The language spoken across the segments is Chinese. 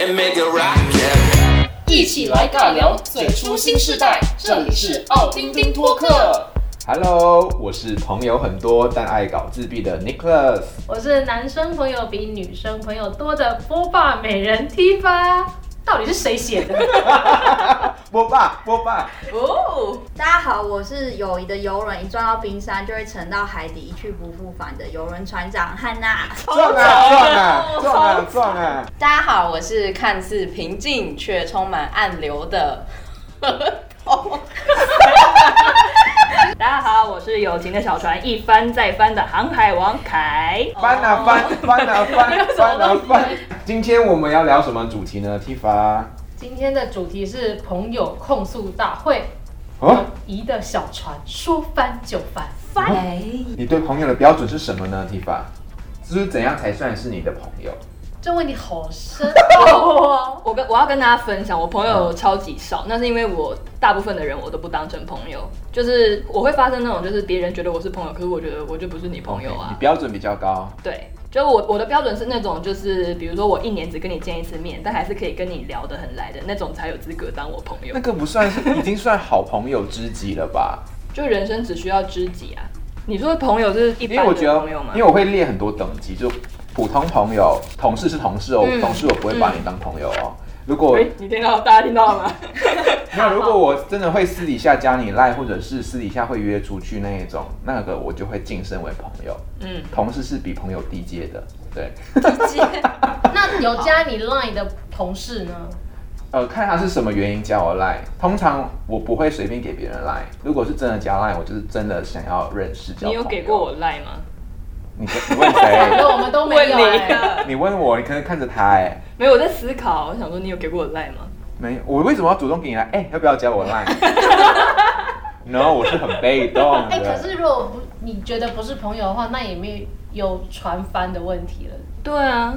and make a rocket. 一起来尬聊最初新时代，这里是奥丁丁托克。 Hello，我是朋友很多但爱搞自闭的 Nicholas。我是男生朋友比女生朋友多的波霸美人 T 吧，到底是谁写的？波霸，波霸，大家好，我是友谊的游轮，一撞到冰山就会沉到海底，一去不复返的游轮船长汉娜。撞啊撞啊撞啊撞啊！大家好，我是看似平静却充满暗流 的大家好，我是友情的小船，一翻再翻的航海王凯。。翻啊翻，翻啊翻，翻啊翻！今天我们要聊什么主题呢？Tifa， 今天的主题是朋友控诉大会，哦，谊的小船说翻就翻。你对朋友的标准是什么呢？Tifa，就是怎样才算是你的朋友？这问题好 深奥、哦我跟我要跟大家分享，我朋友嗯超级少，那是因为我大部分的人我都不当成朋友，就是我会发生那种，就是别人觉得我是朋友，可是我觉得我就不是你朋友 OK，你啊。标准比较高。对，就我我的标准是那种，就是比如说我一年只跟你见一次面，但还是可以跟你聊得很来的那种，才有资格当我朋友那。个不算是，已经算好朋友知己了吧？就人生只需要知己啊。你说的朋友是一因为般我的觉得朋友吗，因为？我会列很多等级，就普通朋友、同事是同事哦，嗯哎同事我不会把你当朋友哦。如果喂，你听到大家听到了吗？那如果我真的会私底下加你赖，或者是私底下会约出去那一种，那个我就会晋升为朋友。嗯，同事是比朋友低阶的，对。那有加你 Line 的同事呢？呃，看他是什么原因加我赖，通常我不会随便给别人赖。如果是真的加赖，我就是真的想要认识。交你有朋给友过我？赖吗？你跟你问反正谁？我们都没有、哎。你问我，你可能看着他哎、没有，我在思考，我想说你有给过我赖吗？没有，我为什么要主动给你来？哎、要不要加我 line？no，我是很被动哎、可的。是如果不你觉得不是朋友的话，那也没有船翻的问题 了。对啊，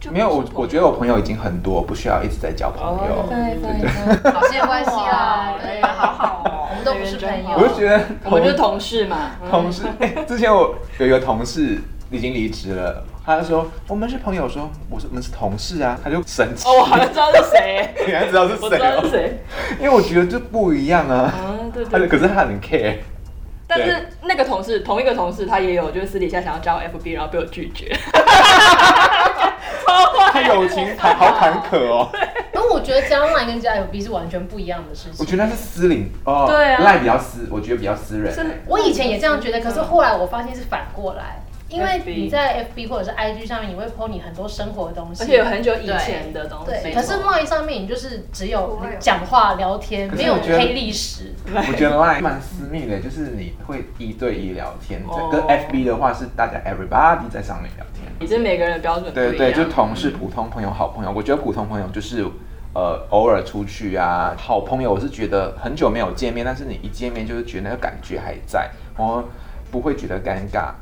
就没有，我我觉得我朋友已经很多，不需要一直在交朋友。哦对对对，好像关系啦对好 好 我哦。们都不是朋我就友。觉得我们同就是同事嘛，嗯同事、哎之前我有一个同事已经离职了，他就说我们是朋友，我说我说我们是同事啊，他就生气。 哦，我好像知道是谁，你还知道是 我谁知道是哦？谁。因为我觉得这不一样啊。嗯，对他就对。可是他很 care，但是那个同事，同一个同事，他也有就是私底下想要加我 FB，然后被我拒绝。他友情坎好坎坷哦。因为我觉得加 Line 跟加 FB 是完全不一样的事情。我觉得他是私领哦，对啊赖比较私，我觉得比较私人、是我以前也这样觉得，可是后来我发现是反过来，因为 FB 你在 FB 或者是 IG 上面，你会 po 你很多生活的东西，而且有很久以前的东西。对。可是 Line 上面你就是只有讲话聊天，可是没有我觉得黑历史。我觉得 Line 蛮私密的，就是你会一对一聊天，哦跟 FB 的话是大家 everybody 在上面聊天。你是每个人的标准不一对样。对，就同事、普通朋友、好朋友。我觉得普通朋友就是呃偶尔出去啊，好朋友我是觉得很久没有见面，但是你一见面就是觉得那个感觉还在，然后不会觉得尴尬。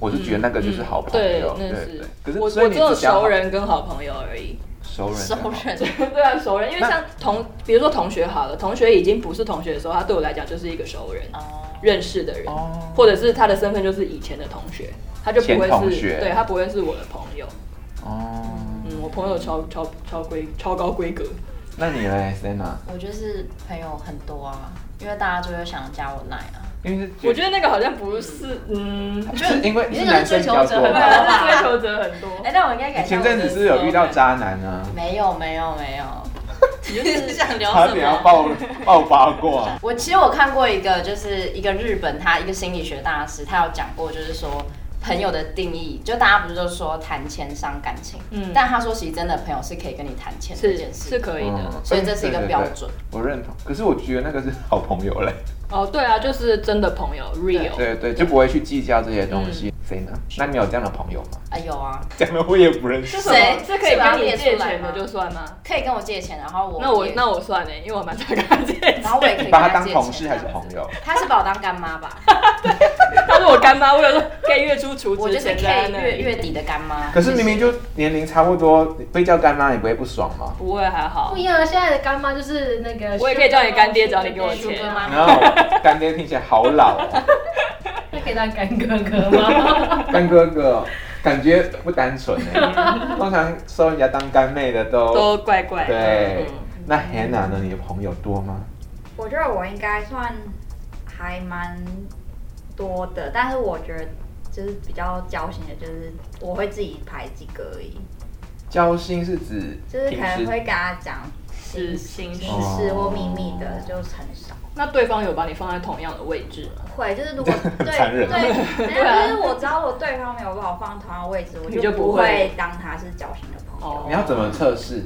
我是觉得那个就是好朋嗯对友，，那对是对。可是我我所以你只有想好熟人跟好朋友而已。熟人就好熟人，对啊，熟人，因为那像同，比如说同学好了，同学已经不是同学的时候，他对我来讲就是一个熟人，哦认识的人，哦或者是他的身份就是以前的同学，他就不前同会学是，对他不会是我的朋友。哦。嗯，我朋友超超超规超高规格，那你嘞，Senna？我就是朋友很多啊，因为大家就会想加我 line 啊。因为是我觉得那个好像不是，嗯，是因为你是那个男生追比求较者多很 对吧大啊，追求者很多。哎，那我应该改。前阵子是有遇到？渣男啊，没有没有没 有，你就是想聊差点要爆爆啊八卦。我其实我看过一个，就是一个日本他一个心理学大师，他有讲过，就是说朋友的定义，就大家不是都说谈钱伤感情，嗯，但他说其实真的朋友是可以跟你谈钱这件是事，是可以的嗯所以这是一个标准。我认同。可是我觉得那个是好朋友嘞，哦，对啊，就是真的朋友，real，对对，就不会去计较这些东嗯西。谁呢？那你有这样的朋友吗？啊，有啊，讲的我也不认识是。什么？谁是可以是把它跟你列出借来钱的吗就算吗？可以跟我借钱，然后我那我也那我算呢，因为我蛮常跟他借钱然后我也可以跟你 把他他当借同事钱还是朋友？他是把我当干妈吧，她是我干妈，我有时候可以月初除我职就是前可在以那月里。月底的干妈。可是明明就年龄差不多，被叫干妈，你不会不爽吗不会还好不，一样啊，现在的干妈就是那个，我也可以叫你干爹只要你给我钱干妈然后干爹听起来好老哦，那可以当干哥哥吗？干哥哥，哦感觉不单纯哎。通常收人家当干妹的都都怪怪的。对嗯。那 Hannah 呢？你的朋友多吗？我觉得我应该算还蛮多的，但是我觉得就是比较交心的，就是我会自己排几个而已，交心是指就是可平能时会跟他讲是心心事事。或秘密的，就是很少。那对方有把你放在同样的位置吗？会，就 是如果对残对，忍没有就是我知道我对方没有把我放同样的位置，我你就不不会会当他是交心的朋友。哦你要怎么测试？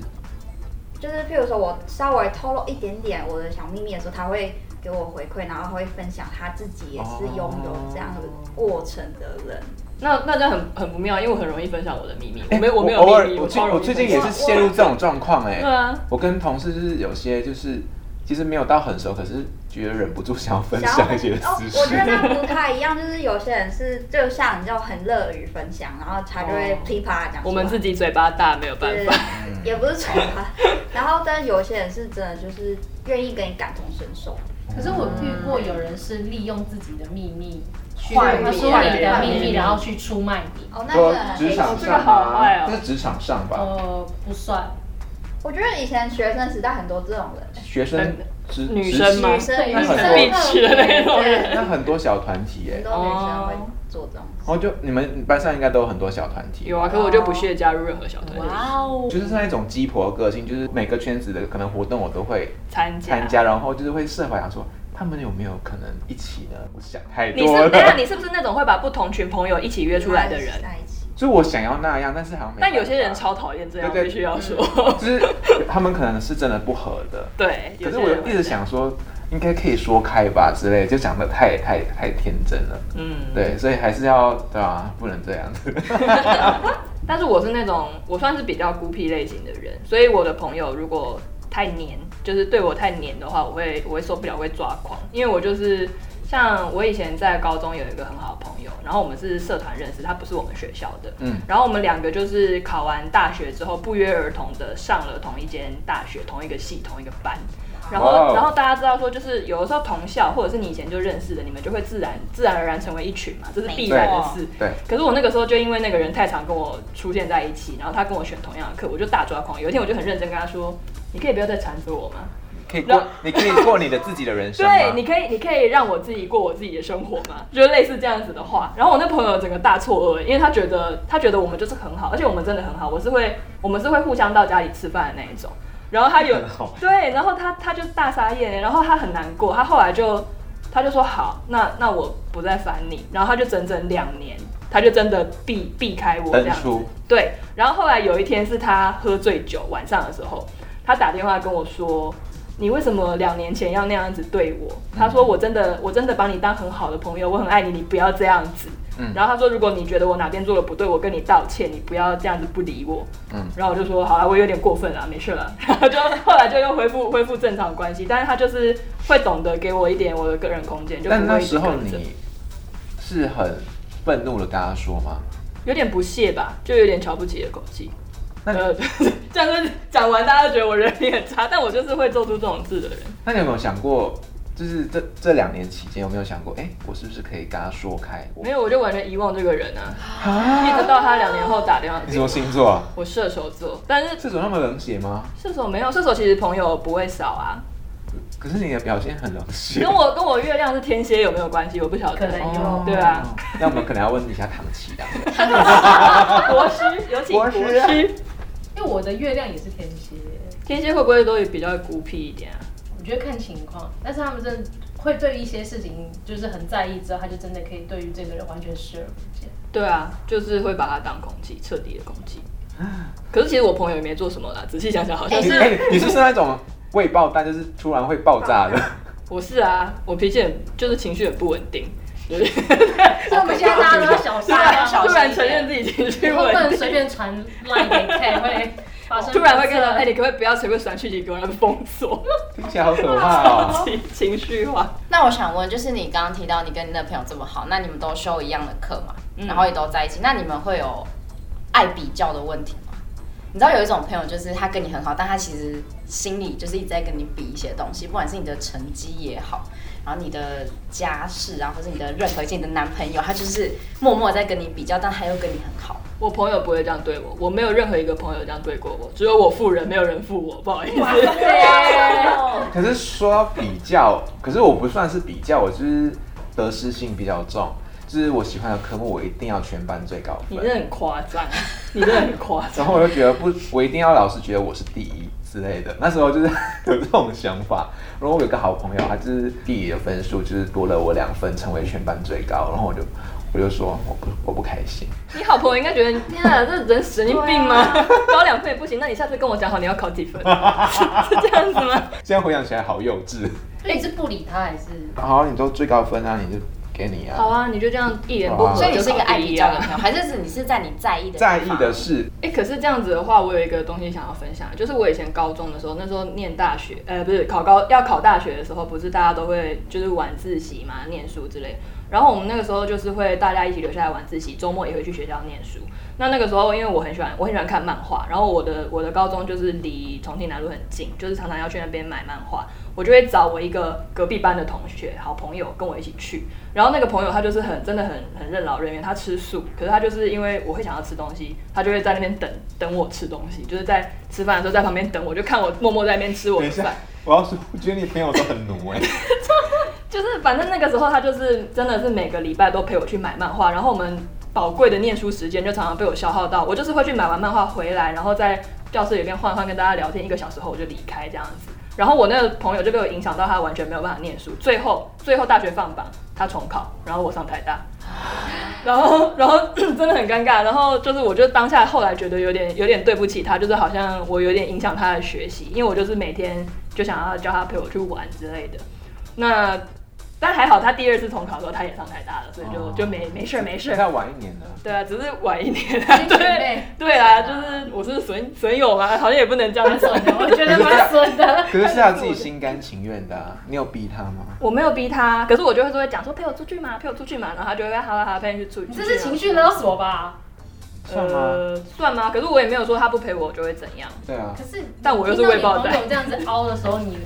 就是譬如说我稍微透露一点点我的小秘密的时候，他会给我回馈，然后会分享他自己也是拥有这样的过程的人。那那这样很很不妙，因为我很容易分享我的秘密，我哎没有我没偶有尔秘密，我最超容易我最近也分是享陷入这种状况哎对。啊，我跟同事就是有些就是其实没有到很熟，可是觉得忍不住想要分想要享一些私哦，我觉事 得。那不太一样，就是有些人是就像你知道很乐于分享，然后他就会噼啪地讲出来。我们自己嘴巴大没有办对法，也不是丑 吧。然后，但是有些人是真的就是愿意跟你感同身受。可是我遇过有人是利用自己的秘密去换别人说你的秘换别密，人然后去出卖你。哦，那说个很啊职场这个上好坏啊哦，这是职场上吧，呃，不算，我觉得以前学生时代很多这种人，学生职嗯女职生吗女生对女那很生多很必吃的那种人。那很多小团体哎，多女生会做这种事。哦，就你们班上应该都有很多小团体，有啊，可我就不屑加入任何小团体哇哦，就是那一种鸡婆个性，就是每个圈子的可能活动我都会参加。参加，然后就是会设法想说他们有没有可能一起呢？我想太你多是了，等一下你是不是那种会把不同群朋友一起约出来 的人？在一起，就是我想要那样，但是好像没办但法。有些人超讨厌这样，对必对须要嗯说。 就是他们可能是真的不合 的，对，可是有我些人一直想说，应该可以说开吧之类，就想的太太太天真了。会，嗯，对，所以还是要对啊，不能这样子。但是我是那种我算是比较孤僻类型的人，所以我的朋友如果太黏，就是对我太黏的话，我会我会受不了，我会抓狂，因为我就是像我以前在高中有一个很好的朋友，然后我们是社团认识，他不是我们学校的，嗯，然后我们两个就是考完大学之后不约而同的上了同一间大学、同一个系、同一个班。然后哇哦然后大家知道说，就是有的时候同校或者是你以前就认识的，你们就会自然自然而然成为一群嘛，这是必然的事。对，可是我那个时候就因为那个人太常跟我出现在一起，然后他跟我选同样的课，我就大抓狂。有一天我就很认真跟他说：“你可以不要再缠着我吗？可以然过后，你可以过你的自己的人生吗。啊对，你可以，你可以让我自己过我自己的生活吗？就是类似这样子的话。然后我那朋友整个大错愕，因为他觉得他觉得我们就是很好，而且我们真的很好，我是会我们是会互相到家里吃饭的那一种。然后他有很好对，然后他他就大傻眼，然后他很难过，他后来就他就说好，那那我不再烦你，然后他就整整两年，他就真的避避开我这登样子。出对，然后后来有一天是他喝醉酒，晚上的时候，他打电话跟我说：“你为什么两年前要那样子对我？”嗯他说：“我真的，我真的把你当很好的朋友，我很爱你，你不要这样子。”嗯然后他说：“如果你觉得我哪边做的不对，我跟你道歉，你不要这样子不理我。”嗯然后我就说：“好了，啊我有点过分了，没事了。” 然后就后来就又恢复恢复正常关系，但是他就是会懂得给我一点我的个人空间，就但不那会一直时候跟着。你是很愤怒的跟他说吗？有点不屑吧，就有点瞧不起的口气。那你呃， 这样子讲完，大家觉得我人品很差，但我就是会做出这种事的人。那你有没有想过，就是这这两年期间有没有想过，哎，我是不是可以跟他说开？我没有，我就完全遗忘这个人啊，一直到他两年后打电话你给什么我。星座啊？我射手座，但是射手那么冷血吗？射手没有，射手其实朋友不会少啊。可是你的表现很冷血跟。我跟我月亮是天蝎有没有关系？我不晓可得。能哦有。对啊，那我们可能要问一下唐琪啊。哎国师，有请国国师师。因为我的月亮也是天蝎，天蝎会不会都比较孤僻一点啊？我觉得看情况，但是他们真的会对一些事情就是很在意，之后他就真的可以对于这个人完全视而不见。对啊，就是会把它当空气，彻底的空气。可是其实我朋友也没做什么啦，仔细想想好像你是。哎你是不是那种未爆弹就是突然会爆炸 的？我是啊，我脾气很就是情绪很不稳定，就是啊所以我们现在大家都要小心 大家啊要，小突心然承认自己情以绪后不稳能定，随便传 line 给 K，会发生突然会跟跟人哎、你可不可以不要随便传讯息给我，然后封 锁，听起来好可怕哦！情情绪化。那我想问，就是你刚刚提到你跟你的朋友这么好，那你们都修一样的课嘛，嗯然后也都在一起，那你们会有爱比较的问题吗？你知道有一种朋友，就是他跟你很好，但他其实心里就是一直在跟你比一些东西，不管是你的成绩也好，然后你的家世啊，或是你的任何一件你的男朋友，他就是默默在跟你比较，但他又跟你很好，我朋友不会这样对我，我没有任何一个朋友这样对过我，只有我负人，没有人负我，不好意思。可是说到比较，可是我不算是比较，我就是得失心比较重，就是我喜欢的科目我一定要全班最高你分真，的很夸张，你真的很夸张。然后我就觉得不， 我一定要老师觉得我是第一之类的。那时候就是有这种想法。然后我有个好朋友，他就是地理的分数就是多了我两分，成为全班最高。然后我就我就说我不我不开心。你好朋友应该觉得，天啊，这人神经病吗？高两分也不行，那你下次跟我讲好你要考几 分，是这样子吗？现在回想起来好幼稚。所以你是不理他还是？好、啊，你都最高分啊，你就给你啊。好啊，你就这样一言不合哇所以你哦就是一搞个爱第比一较啊的。朋友，还是是你是在你在意的地在意方的是哎、可是这样子的话，我有一个东西想要分享，就是我以前高中的时候，那时候念大学，呃，不是考高要考大学的时候，不是大家都会就是晚自习嘛，念书之类的。然后我们那个时候就是会大家一起留下来晚自习，周末也会去学校念书。那那个时候，因为我很喜欢，我很喜欢看漫画，然后我的我的高中就是离重庆南路很近，就是常常要去那边买漫画，我就会找我一个隔壁班的同学，好朋友跟我一起去。然后那个朋友他就是很真的很很任劳任怨，他吃素，可是他就是因为我会想要吃东西，他就会在那边等等我吃东西，就是在吃饭的时候在旁边等我，就看我默默在那边吃我等的一下饭。，我要说，我觉得你朋友都很 奴哎、就是反正那个时候他就是真的是每个礼拜都陪我去买漫画，然后我们宝贵的念书时间就常常被我消耗到，我就是会去买完漫画回来，然后在教室里面晃晃跟大家聊天一个小时后我就离开这样子。然后我那个朋友就被我影响到，他完全没有办法念书，最后最后大学放榜，他重考，然后我上台大。然后，然后真的很尴尬。然后就是，我就当下后来觉得有点有点对不起他，就是好像我有点影响他的学习，因为我就是每天就想要叫他陪我去玩之类的。那但还好，他第二次重考的时候他也上台大了，所以就、哦就没没事儿没事现儿。在晚一年了。 对啊，只是晚一点、你准对备对啦，就是我是损损友嘛，好像也不能这样损 说。的，我觉得蛮损的。可是是他自己心甘情愿的、啊，你有逼他吗？我没有逼他，可是我就会说讲说陪我出去嘛，陪我出去嘛，然后他就会好了好了陪你去出去你啊。这是情绪勒索吧？ 算吗？呃，算吗？可是我也没有说他不陪我就会怎样。对啊可，是， 但我又是未爆弹听到你朋友这样子凹的时候，你，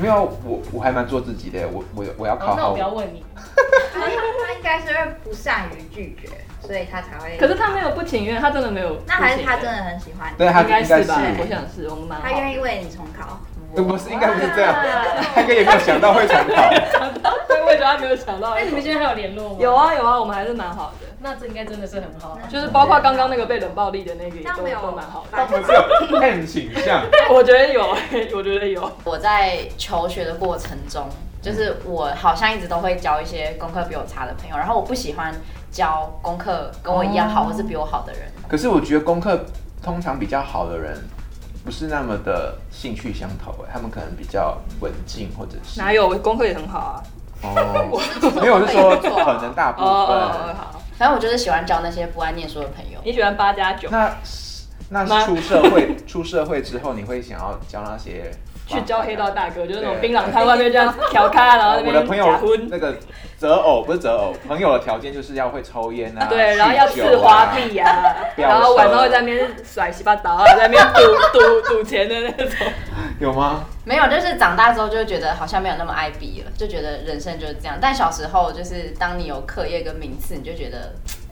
没有我我还蛮做自己的，我我我要考哦， 那好我不要问你。他他应该是因为不善于拒绝，所以他才会。可是他没有不情愿，他真的没有不情愿。那还是他真的很喜欢你，对他应该应该是是吧？我想是，我们蛮他好。愿意为你重考。不是应该不是这样，啊他哥也没有想到会重考，对，我也觉得他没有想到那。你们现在还有联络吗？有，啊有啊，我们还是蛮好的，那这应该真的是很好。就是包括刚刚那个被冷暴力的那个也这样都没有都蛮好的。 他们是有 M 倾向，我觉得有， 嘿我觉得有。我在求学的过程中，就是我好像一直都会交一些功课比我差的朋友，然后我不喜欢交功课跟我一样好、或是比我好的人。可是我觉得功课通常比较好的人，不是那么的兴趣相投、哎，他们可能比较文静或者是哪有？我功课也很好啊。 哦，没有我是说可能大部哦哦哦，分。好。反正我就是喜欢交那些不爱念书的朋友。你喜欢八加九？那那妈出社会出社会之后，你会想要教那些去教黑道大哥，就是那种对槟榔摊外面这样调侃，然后啊我啊那的边啊朋假友婚那，个择偶不是择偶，朋友的条件就是要会抽烟啊，对，然后要酗刺酒花啊，臂呀，表然后晚上示会在那边甩洗八刀，在那边赌赌赌钱的那种。有吗？没有，就是长大之后就会觉得好像没有那么爱比了，就觉得人生就是这样。但小时候就是当你有课业跟名次，你就觉得。嘖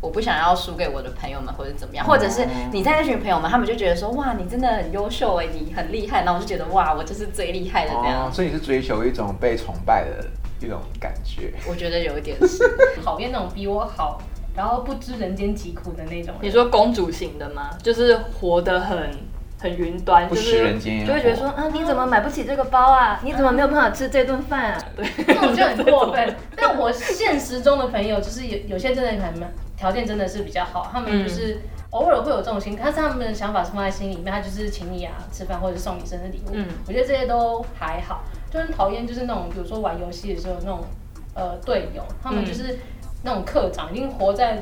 我不想要输给我的朋友们，或者怎么样，或者是你在那群朋友们，他们就觉得说，哇，你真的很优秀哎、你很厉害，然后我就觉得，哇，我就是最厉害的这样哦，。所以你是追求一种被崇拜的一种感觉。我觉得有一点是，讨厌那种比我好，然后不知人间疾苦的那种人。你说公主型的吗？就是活得很很云端，不就食是人间烟就会觉得说，啊，你怎么买不起这个包啊？你怎么没有办法吃这顿饭啊？对，嗯这种就很过 分。但我现实中的朋友，就是有有些真的很条件真的是比较好，他们嗯就是偶尔会有这种心，但是他们的想法是放在心里面，他就是请你啊吃饭或者是送你生日礼物。嗯我觉得这些都还好，就很讨厌就是那种比如说玩游戏的时候那种呃队友，他们嗯就是那种课长，已经活在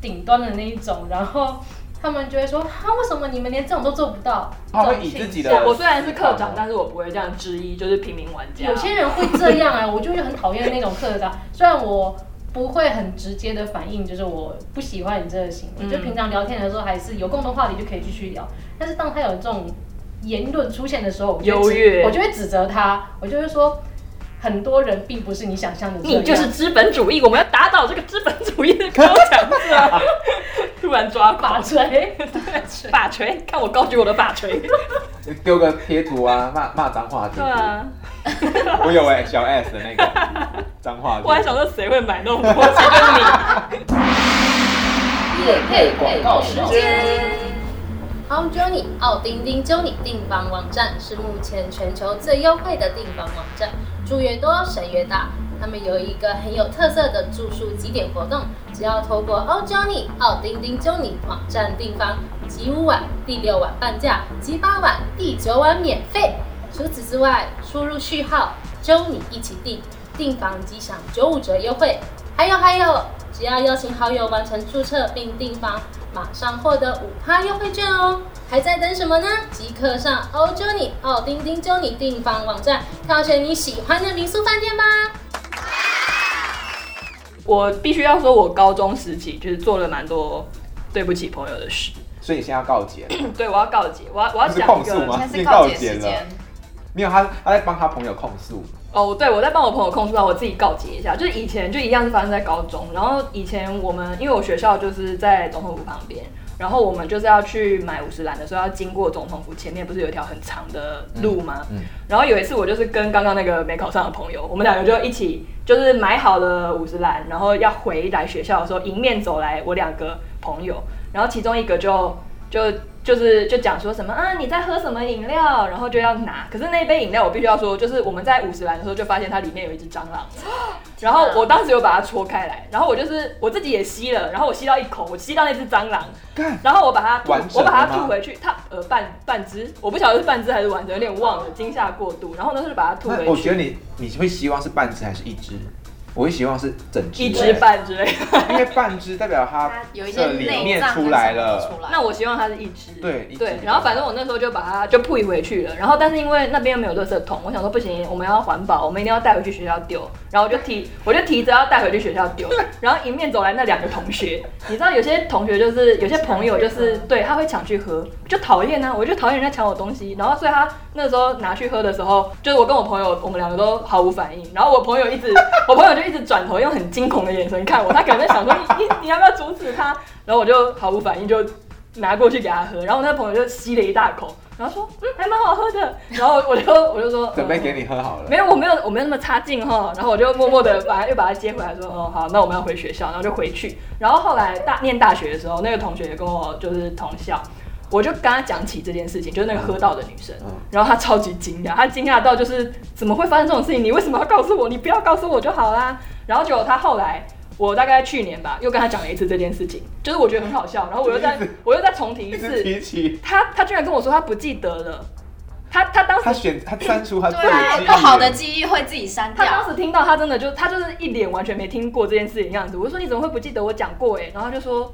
顶端的那一种，然后。他们就会说，他、为什么你们连这种都做不到？他会这种以自倾己向的我虽然是课长，但是我不会这样质疑，就是平民玩家。有些人会这样啊，我就会很讨厌那种课长。虽然我不会很直接的反应，就是我不喜欢你这个行为，嗯就平常聊天的时候还是有共同话题就可以继续聊。但是当他有这种言论出现的时候，我就会指优越我就会指责他，我就会说。很多人并不是你啊想象的这样， 你就是资本主义，我们要打倒这个资本主义的高强者。 突然抓法狂， 锤，把锤，看我高举我的把锤。你丢个贴图啊，骂骂脏话的贴 对图。啊，我有哎、小 S 的那个脏话贴图。 我还想说谁会买那种东西，就是你。夜配广告时间。 Home Journey 奥丁丁 Journey 订房网站是目前全球最优惠的订房网站，住越多省越大。他们有一个很有特色的住宿集点活动，只要透过哦 o Journey 奥丁丁 Journey 网站订房，即五晚第六晚半价，即八晚第九晚免费。除此之外，输入序号 Journey 一起订，订房即享九五折优惠。还有还有，只要邀请好友完成注册并订房，马上获得五趴优惠券哦！还在等什么呢？即刻上欧 Journey 奥丁丁 Journey 订房网站，挑选你喜欢的民宿饭店吧。 我必须要说，我高中时期就是做了蛮多对不起朋友的事。所以你现在要告解了，对，我要告解，我要我要不是讲一控诉个吗现在是告解先时告解间了，没有他，他在帮他朋友控诉。哦，对，我在帮我朋友控诉啊到我自己告解一下，就是以前就一样是发生在高中，然后以前我们因为我学校就是在总统府旁边，然后我们就是要去买五十兰的时候，要经过总统府前面，不是有一条很长的路吗？嗯嗯然后有一次我就是跟刚刚那个没考上的朋友，我们两个就一起就是买好了五十兰，然后要回来学校的时候，迎面走来我两个朋友，然后其中一个就就就是就讲说什么啊你在喝什么饮料，然后就要拿，可是那杯饮料我必须要说，就是我们在五十兰的时候就发现它里面有一只蟑螂，然后我当时有把它戳开来，然后我就是我自己也吸了，然后我吸到一口，我吸到那只蟑螂，干，然后我把它吐完整我把它的吗吐回去，它呃半半只，我不晓得是半只还是完整，有点忘了，惊吓过度，然后呢就把它吐那我回觉去，得你你会希望是半只还是一只？我会希望是整只。欸一只，半之类的。因为半只代表它有一些这里内面脏出来还是什么了出来那我希望它是一只，对一只对，然后反正我那时候就把它就退回去了，然后但是因为那边又没有垃圾桶，我想说不行，我们要环保，我们一定要带回去学校丢，然后我就提 我就提着要带回去学校 丢，然后迎面走来那两个同学，你知道有些同学就是有些朋友就是对他会抢去喝，就讨厌啊，我就讨厌人家抢我东西，然后所以他那时候拿去喝的时候，就是我跟我朋友我们两个都毫无反应，然后我朋友一直 我朋友就一直转头用很惊恐的眼神看我，他可能在想说你你你要不要阻止他，然后我就毫无反应就。拿过去给他喝，然后我那朋友就吸了一大口，然后说嗯还蛮好喝的，然后我就我就说嗯准备给你、你喝好了。没有我没有我没有那么差劲哈，然后我就默默的把它又把它接回来说哦好那我们要回学校，然后就回去，然后后来大念大学的时候，那个同学也跟我就是同校。我就跟他讲起这件事情，就是那个喝到的女生，嗯然后他超级惊讶，他惊讶到就是怎么会发生这种事情？你为什么要告诉我？你不要告诉我就好啦。然后结果他后来，我大概去年吧，又跟他讲了一次这件事情，就是我觉得很好笑，然后我又再我又再重提一一次直，提起他他居然跟我说他不记得了，他他当他时选他删除他自己对，不好的记忆会自己删啊他当掉。时听到他真的就他就是一脸完全没听过这件事情的样子。我就说你怎么会不记得我讲过哎、欸然后他就说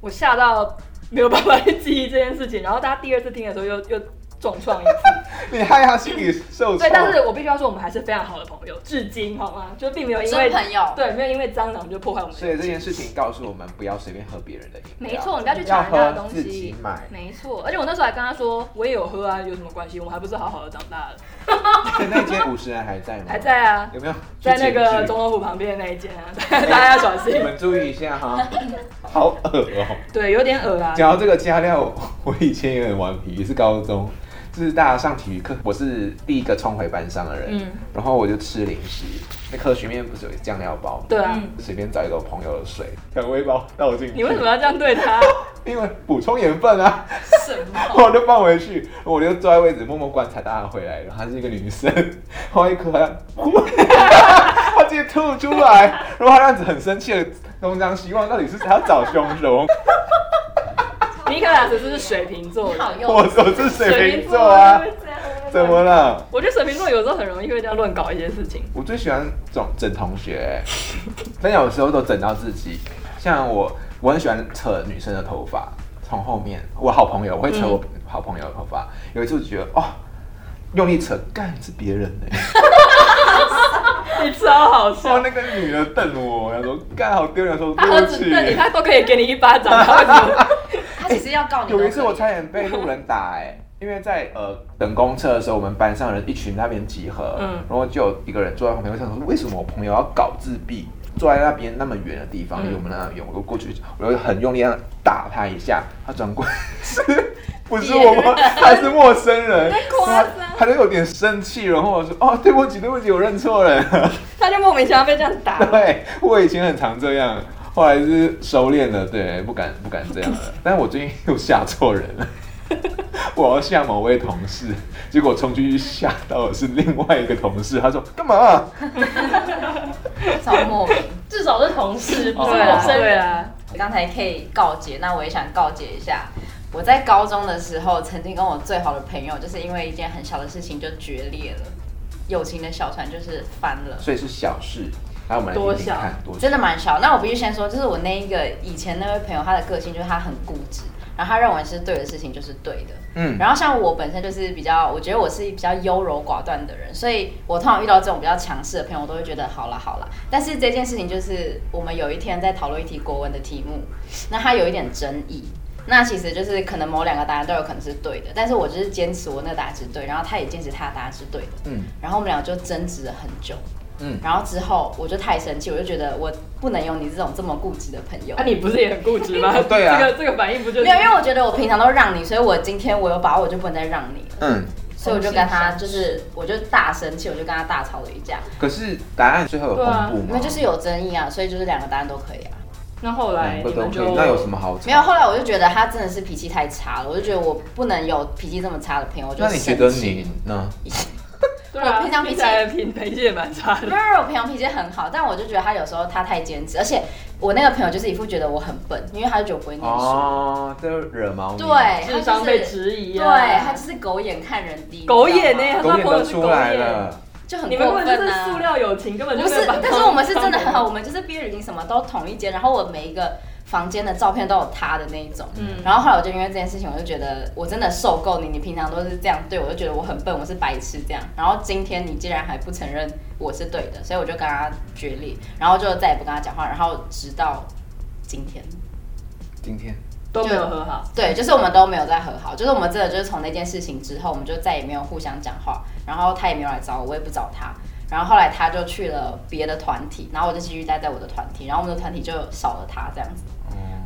我吓到没有办法去记忆这件事情。然后他第二次听的时候又又重创一 次。你害他心里受对创。，但是我必须要说我们还是非常好的朋友，至今好吗？就并没有因为真朋友对没有因为蟑螂就破坏我们的所以这件事情告诉我们，不要随便喝别人的饮料。没错，你不要去抢人家的东要喝自己西。买。没错，而且我那时候还跟他说，我也有喝啊，有什么关系？我们还不是好好的长大了，那间五十人还在吗？还。在啊，有没有？在那个去检举总统府旁边的那一间啊， 大家要小你 心。们注意一下 哈，好恶哦、对，有点恶啊。讲到这个加料， 我我以前也很顽皮，也是高中，就是大家上体育课，我是第一个冲回班上的人，嗯然后我就吃零食，那科学面不是有酱料包，对啊，随便找一个朋友的水，调味包倒进去，你为什么？要这样对他？因为补充盐分啊，什么？ 我就放回去，我就坐在位置默默观察大家回来，然后她是一个女 生，后一颗 她直接吐出来，然后她这样子很生气的东张西望，到底是谁要找凶手？尼克拉斯是水瓶座的，好用，我说是水瓶座啊，怎么了？我觉得水瓶座有时候很容易会这样乱搞一些事情。我最喜欢整整同学、欸但有时候都整到自己。像我，我很喜欢扯女生的头发，从后面。我好朋友，我会扯我嗯好朋友的头发。有一次我觉得，哦，用力扯，干是别人呢、你超好然后笑，那个女的瞪我，她说干好丢人，说他对啊儿不子对你，起。他都可以给你一巴 掌，他为什么？他只是要告你。有一次我差点被路人打哎、因为在呃等公车的时候，我们班上人一群那边集合，嗯然后就有一个人坐在旁边，我想说为什么我朋友要搞自闭？坐在那边那么远的地方，嗯离我们那么远，我就过去，我就很用力地打他一下，他转过来 是不是我们，他是陌生 人，他他就有点生气，然后我说哦，对不起，对不起，我认错人了。他就莫名其妙被这样打。 对，我以前很常这样，后来是收敛了，对，不敢不敢这样了。但是我最近又吓错人了， 我要吓某位同事，结果冲进去吓到的是另外一个同事，他说干嘛、超莫名。 至少是同事，不是对陌啊，生对人。啊，刚才 K 告解，那我也想告解一下。我在高中的时候，曾经跟我最好的朋友，就是因为一件很小的事情就决裂了，友情的小船就是翻了。所以是小事，来我们来听听看多真的蛮小。那我必须先说，就是我那一个以前那位朋友，他的个性就是他很固执，然后他认为是对的事情就是对的。嗯然后像我本身就是比较，我觉得我是比较优柔寡断的人，所以我通常遇到这种比较强势的朋友，我都会觉得好了好了。但是这件事情就是我们有一天在讨论一题国文的题目，那它有一点争议。那其实就是可能某两个答案都有可能是对的，但是我就是坚持我那个答案是对，然后他也坚持他的答案是对的，嗯然后我们俩就争执了很久。嗯？然后之后我就太生气，我就觉得我不能有你这种这么固执的朋友那、。啊你不是也很固执吗 对啊这个这个反应不就是没有，因为我觉得我平常都让你，所以我今天我有把握，我就不能再让你了。嗯。所以我就跟他就是，我就大生气，我就跟他大吵了一架。可是答案最后有公布吗？因为就是有争议啊，所以就是两个答案都可以啊。那后来两个你都们可就以，那有什么好？没有，，后来我就觉得他真的是脾气太差了，我就觉得我不能有脾气这么差的朋友。我就那你觉得生气你呢？对啊，我平常比脾气起来平脾气也蛮差没有，的。没有我平常脾气很好，但我就觉得他有时候他太坚持，而且我那个朋友就是一副觉得我很笨，因为他就觉得我不会念书。哦，这惹毛你，对，，他就是智商被质疑啊，对他就是狗眼看人低，狗眼呢、你知道吗狗眼都出来了，就很你们过根本分就是塑啊。料友情，根本就不是没有办，法但是我们是真的很好，我们就是毕业旅行什么都同一间，然后我每一个房间的照片都有他的那一种。嗯，然后后来我就因为这件事情，我就觉得我真的受够你，你平常都是这样对我，就觉得我很笨，我是白痴这样。然后今天你竟然还不承认我是对的，所以我就跟他决裂，然后就再也不跟他讲话，然后直到今天。今天都没有和好。对，就是我们都没有再和好，就是我们真的就是从那件事情之后，我们就再也没有互相讲话，然后他也没有来找我，我也不找他。然后后来他就去了别的团体，然后我就继续待在我的团体，然后我们的团体就少了他这样子。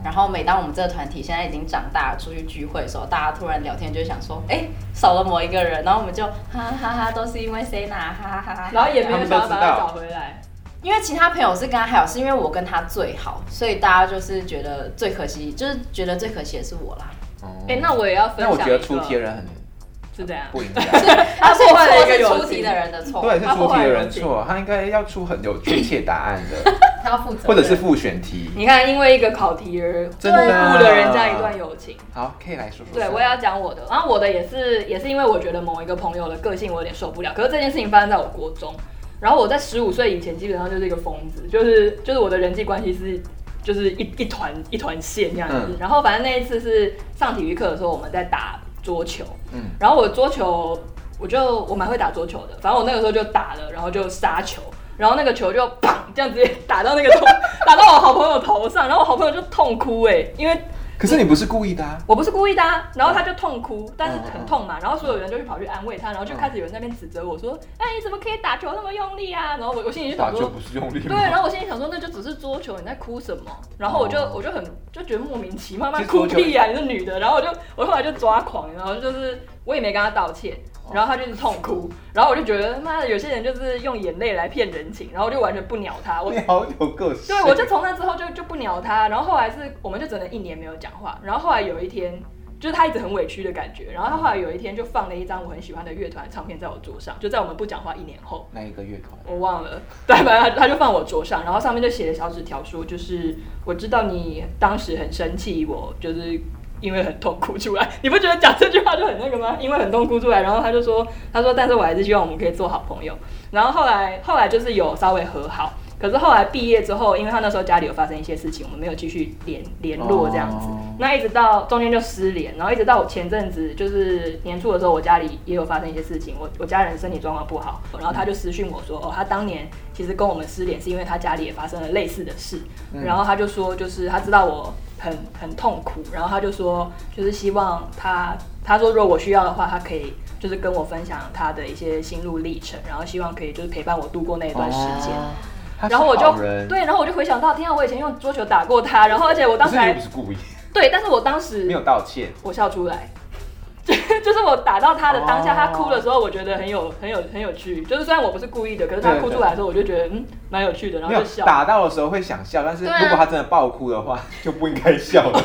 然后每当我们这个团体现在已经长大，出去聚会的时候，大家突然聊天就会想说，哎，少了某一个人，然后我们就哈哈哈，都是因为 Sena，哈哈哈哈。然后也没有想他们要把他都知道找回来，因为其他朋友是跟他还好，是因为我跟他最好，所以大家就是觉得最可惜，就是觉得最可惜的是我啦。哦哎、那我也要分那享我觉得一个出题的人很 是这样，不应该。他破坏了一个是友出题情的人的错。对，是他出破题坏的人人性错，他应该要出很有确切答案 的，他要负责任，或者是复选题。你看，因为一个考题而真的啊误了人家一段友情。好，可以来说说。对，我也要讲我的。然后我的也是，也是因为我觉得某一个朋友的个性我有点受不了。可是这件事情发生在我国中，然后我在十五岁以前基本上就是一个疯子，就是就是我的人际关系是就是一一团一团线这样子。嗯然后反正那一次是上体育课的时候，我们在打桌球，嗯然后我桌球我就我蛮会打桌球的，反正我那个时候就打了，然后就杀球。然后那个球就砰，这样直接打到那个头， 打到我好朋友头上，然后我好朋友就痛哭哎、因为可是你不是故意的啊，我不是故意的、啊，然后他就痛哭，嗯但是很痛嘛，然后所有人就去跑去安慰他，然后就开始有人在那边指责我说：“哎、你怎么可以打球那么用力啊？”然后我我心里就打想球说不，是用力对，吗？然后我心里想说，那就只是桌球，你在哭什么？然后我就哦我就很就觉得莫名其妙，妈其实哭桌球屁啊，你是女的，然后我就 我后来就抓狂，然后就是我也没跟他道歉。然后他就是痛哭，然后我就觉得妈的，有些人就是用眼泪来骗人情，然后我就完全不鸟他，我你好有个性。对，我就从那之后就就不鸟他，然后后来是我们就整整一年没有讲话，然后后来有一天，就是他一直很委屈的感觉，然后他后来有一天就放了一张我很喜欢的乐团唱片在我桌上，就在我们不讲话一年后，那一个乐团，我忘了， 对，反正他他就放我桌上，然后上面就写了小纸条说，就是我知道你当时很生气，我就是。因为很痛哭出来，你不觉得讲这句话就很那个吗？因为很痛哭出来，然后他就说，他说，但是我还是希望我们可以做好朋友。然后后来后来就是有稍微和好，可是后来毕业之后，因为他那时候家里有发生一些事情，我们没有继续联联络这样子。哦那一直到中间就失联，然后一直到我前阵子就是年初的时候，我家里也有发生一些事情，我我家人身体状况不好，然后他就私讯我说，哦，他当年其实跟我们失联是因为他家里也发生了类似的事，嗯然后他就说，就是他知道我很很痛苦，然后他就说，就是希望他他说如果我需要的话，他可以就是跟我分享他的一些心路历程，然后希望可以就是陪伴我度过那一段时间。哦他是然后我就好人对，然后我就回想到，天啊，我以前用桌球打过他，然后而且我当可时是你又还不是故意，对，但是我当时没有道歉。我笑出来。就是我打到他的当下，哦他哭的时候，我觉得很有很有很有趣。就是虽然我不是故意的，可是他对哭出来的时候，我就觉得嗯蛮有趣的，然没后有就笑。打到的时候会想笑，但是如对啊果他真的爆哭的话， 就不应该笑 了。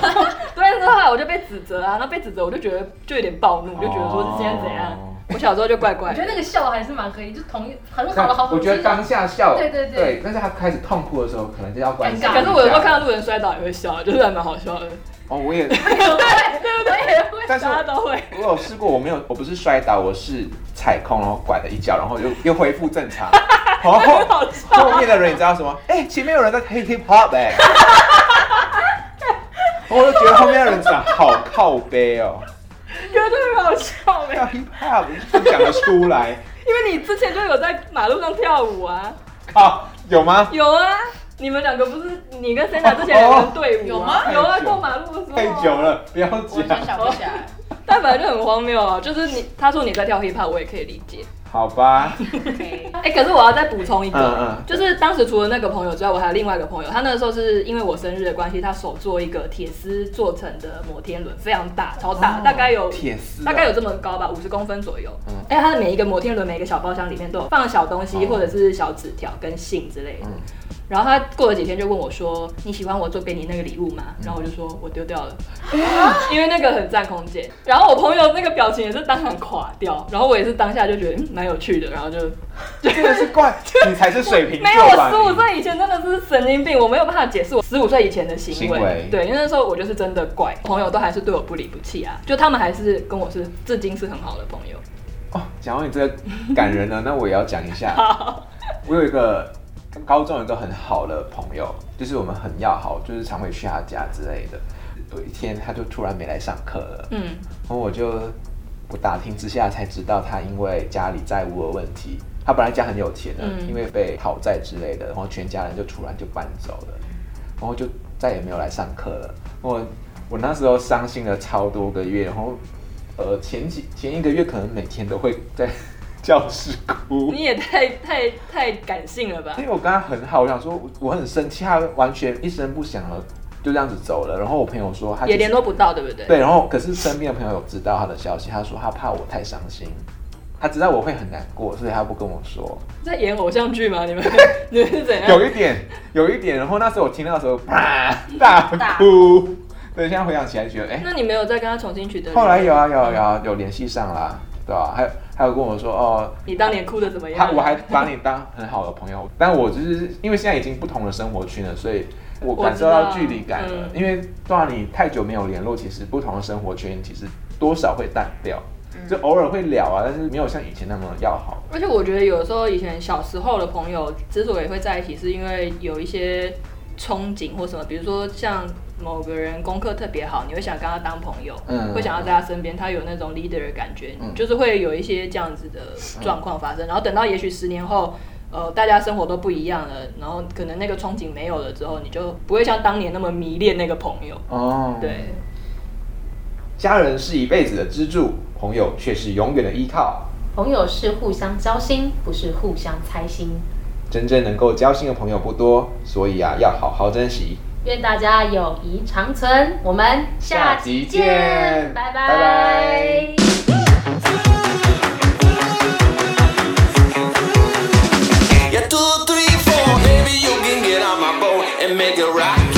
对，后来我就被指责啊，然后被指责我就觉得就有点暴怒，就觉得说哦是现在怎样？我小时候就怪怪我觉的，得那个笑还是蛮可以，就同好像但好了好好，我觉得当下笑，对对对但是他开始痛哭的时候，可能就要关心尴尬一下可是我有时候看到路人摔倒也会笑，啊就是还蛮好笑的。哦，我也 我也会，大但是家都会。我有试过，我没有，我不是摔倒，我是踩空，然后拐了一脚，然后又又恢复正 常。然后后面的人你知道什么？哎、前面有人在 hip hip hop 哎、我就觉得后面的人讲好靠背哦，觉得很好笑没有要？hip hop 不讲得出来因为你之前就有在马路上跳舞啊，啊？有吗？有啊，你们两个不是你跟 Sena 之前有人队伍、有吗有啊，太久过马路的时候、啊太久。了，不要我真讲，想不起来。但本来就很荒谬啊，就是你他说你在跳 hip hop，我也可以理解。好 吧？ OK，哎、可是我要再补充一个，嗯嗯就是当时除了那个朋友之外，我还有另外一个朋友，他那个时候是因为我生日的关系，他手做一个铁丝做成的摩天轮，非常大，超大，哦大概有铁丝哦大概有这么高吧，五十公分左右。嗯哎、它的每一个摩天轮，每一个小包厢里面都有放小东西，哦或者是小纸条跟信之类的。嗯然后他过了几天就问我说：“你喜欢我做给你那个礼物吗？”嗯然后我就说：“我丢掉了， 因为那个很占空间。”然后我朋友那个表情也是当场垮掉，然后我也是当下就觉得嗯蛮有趣的，然后就真的是怪，你才是水瓶没有，座我吧？十五岁以前真的是神经病，我没有办法解释我十五岁以前的行为。行为对，因为那时候我就是真的怪，朋友都还是对我不离不弃啊，就他们还是跟我是至今是很好的朋友。哦，讲到你这个感人呢，那我也要讲一下。我有一个高中有一个很好的朋友，就是我们很要好，就是常会去他家之类的。有一天他就突然没来上课了，嗯，然后我就我打听之下才知道，他因为家里债务的问题，他本来家很有钱的，嗯因为被讨债之类的，然后全家人就突然就搬走了，然后就再也没有来上课了。我我那时候伤心了超多个月，然后呃前几前一个月可能每天都会在教室哭。你也太太太感性了吧因？为我跟他很好，我想说我我很生气，他完全一声不响了，就这样子走了。然后我朋友说他其也实联络不到，对不对？对，然后可是身边的朋友有知道他的消息，他说他怕我太伤心，他知道我会很难过，所以他不跟我说。在演偶像剧吗？你们 你们是怎样？有一点，有一点。然后那时候我听到的时候，啪，大哭。对，现在回想起来觉得，哎、那你没有再跟他重新取得？后来有，啊有啊有啊有联系上啦，对吧、还有还有跟我说哦，你当年哭的怎么他样？我还把你当很好的朋友，但我就是因为现在已经不同的生活圈了，所以我感受到距离感我知了道。嗯因为对啊，你太久没有联络，其实不同的生活圈其实多少会淡掉，嗯就偶尔会聊啊，但是没有像以前那么要好。而且我觉得有时候以前小时候的朋友之所以会在一起，是因为有一些憧憬或什么，比如说像某个人功课特别好，你会想跟他当朋友，嗯会想要在他身边，他有那种 leader 的感觉，嗯就是会有一些这样子的状况发生。然后等到也许十年后。呃，大家生活都不一样了，然后可能那个憧憬没有了之后，你就不会像当年那么迷恋那个朋友。哦，对，家人是一辈子的支柱，朋友却是永远的依靠。朋友是互相交心，不是互相猜心。真正能够交心的朋友不多，所以啊，要好好珍惜。愿大家友谊长存，我们下集见拜拜拜 Yeah, two, three, four. Baby, you can get on my boat and make it rock.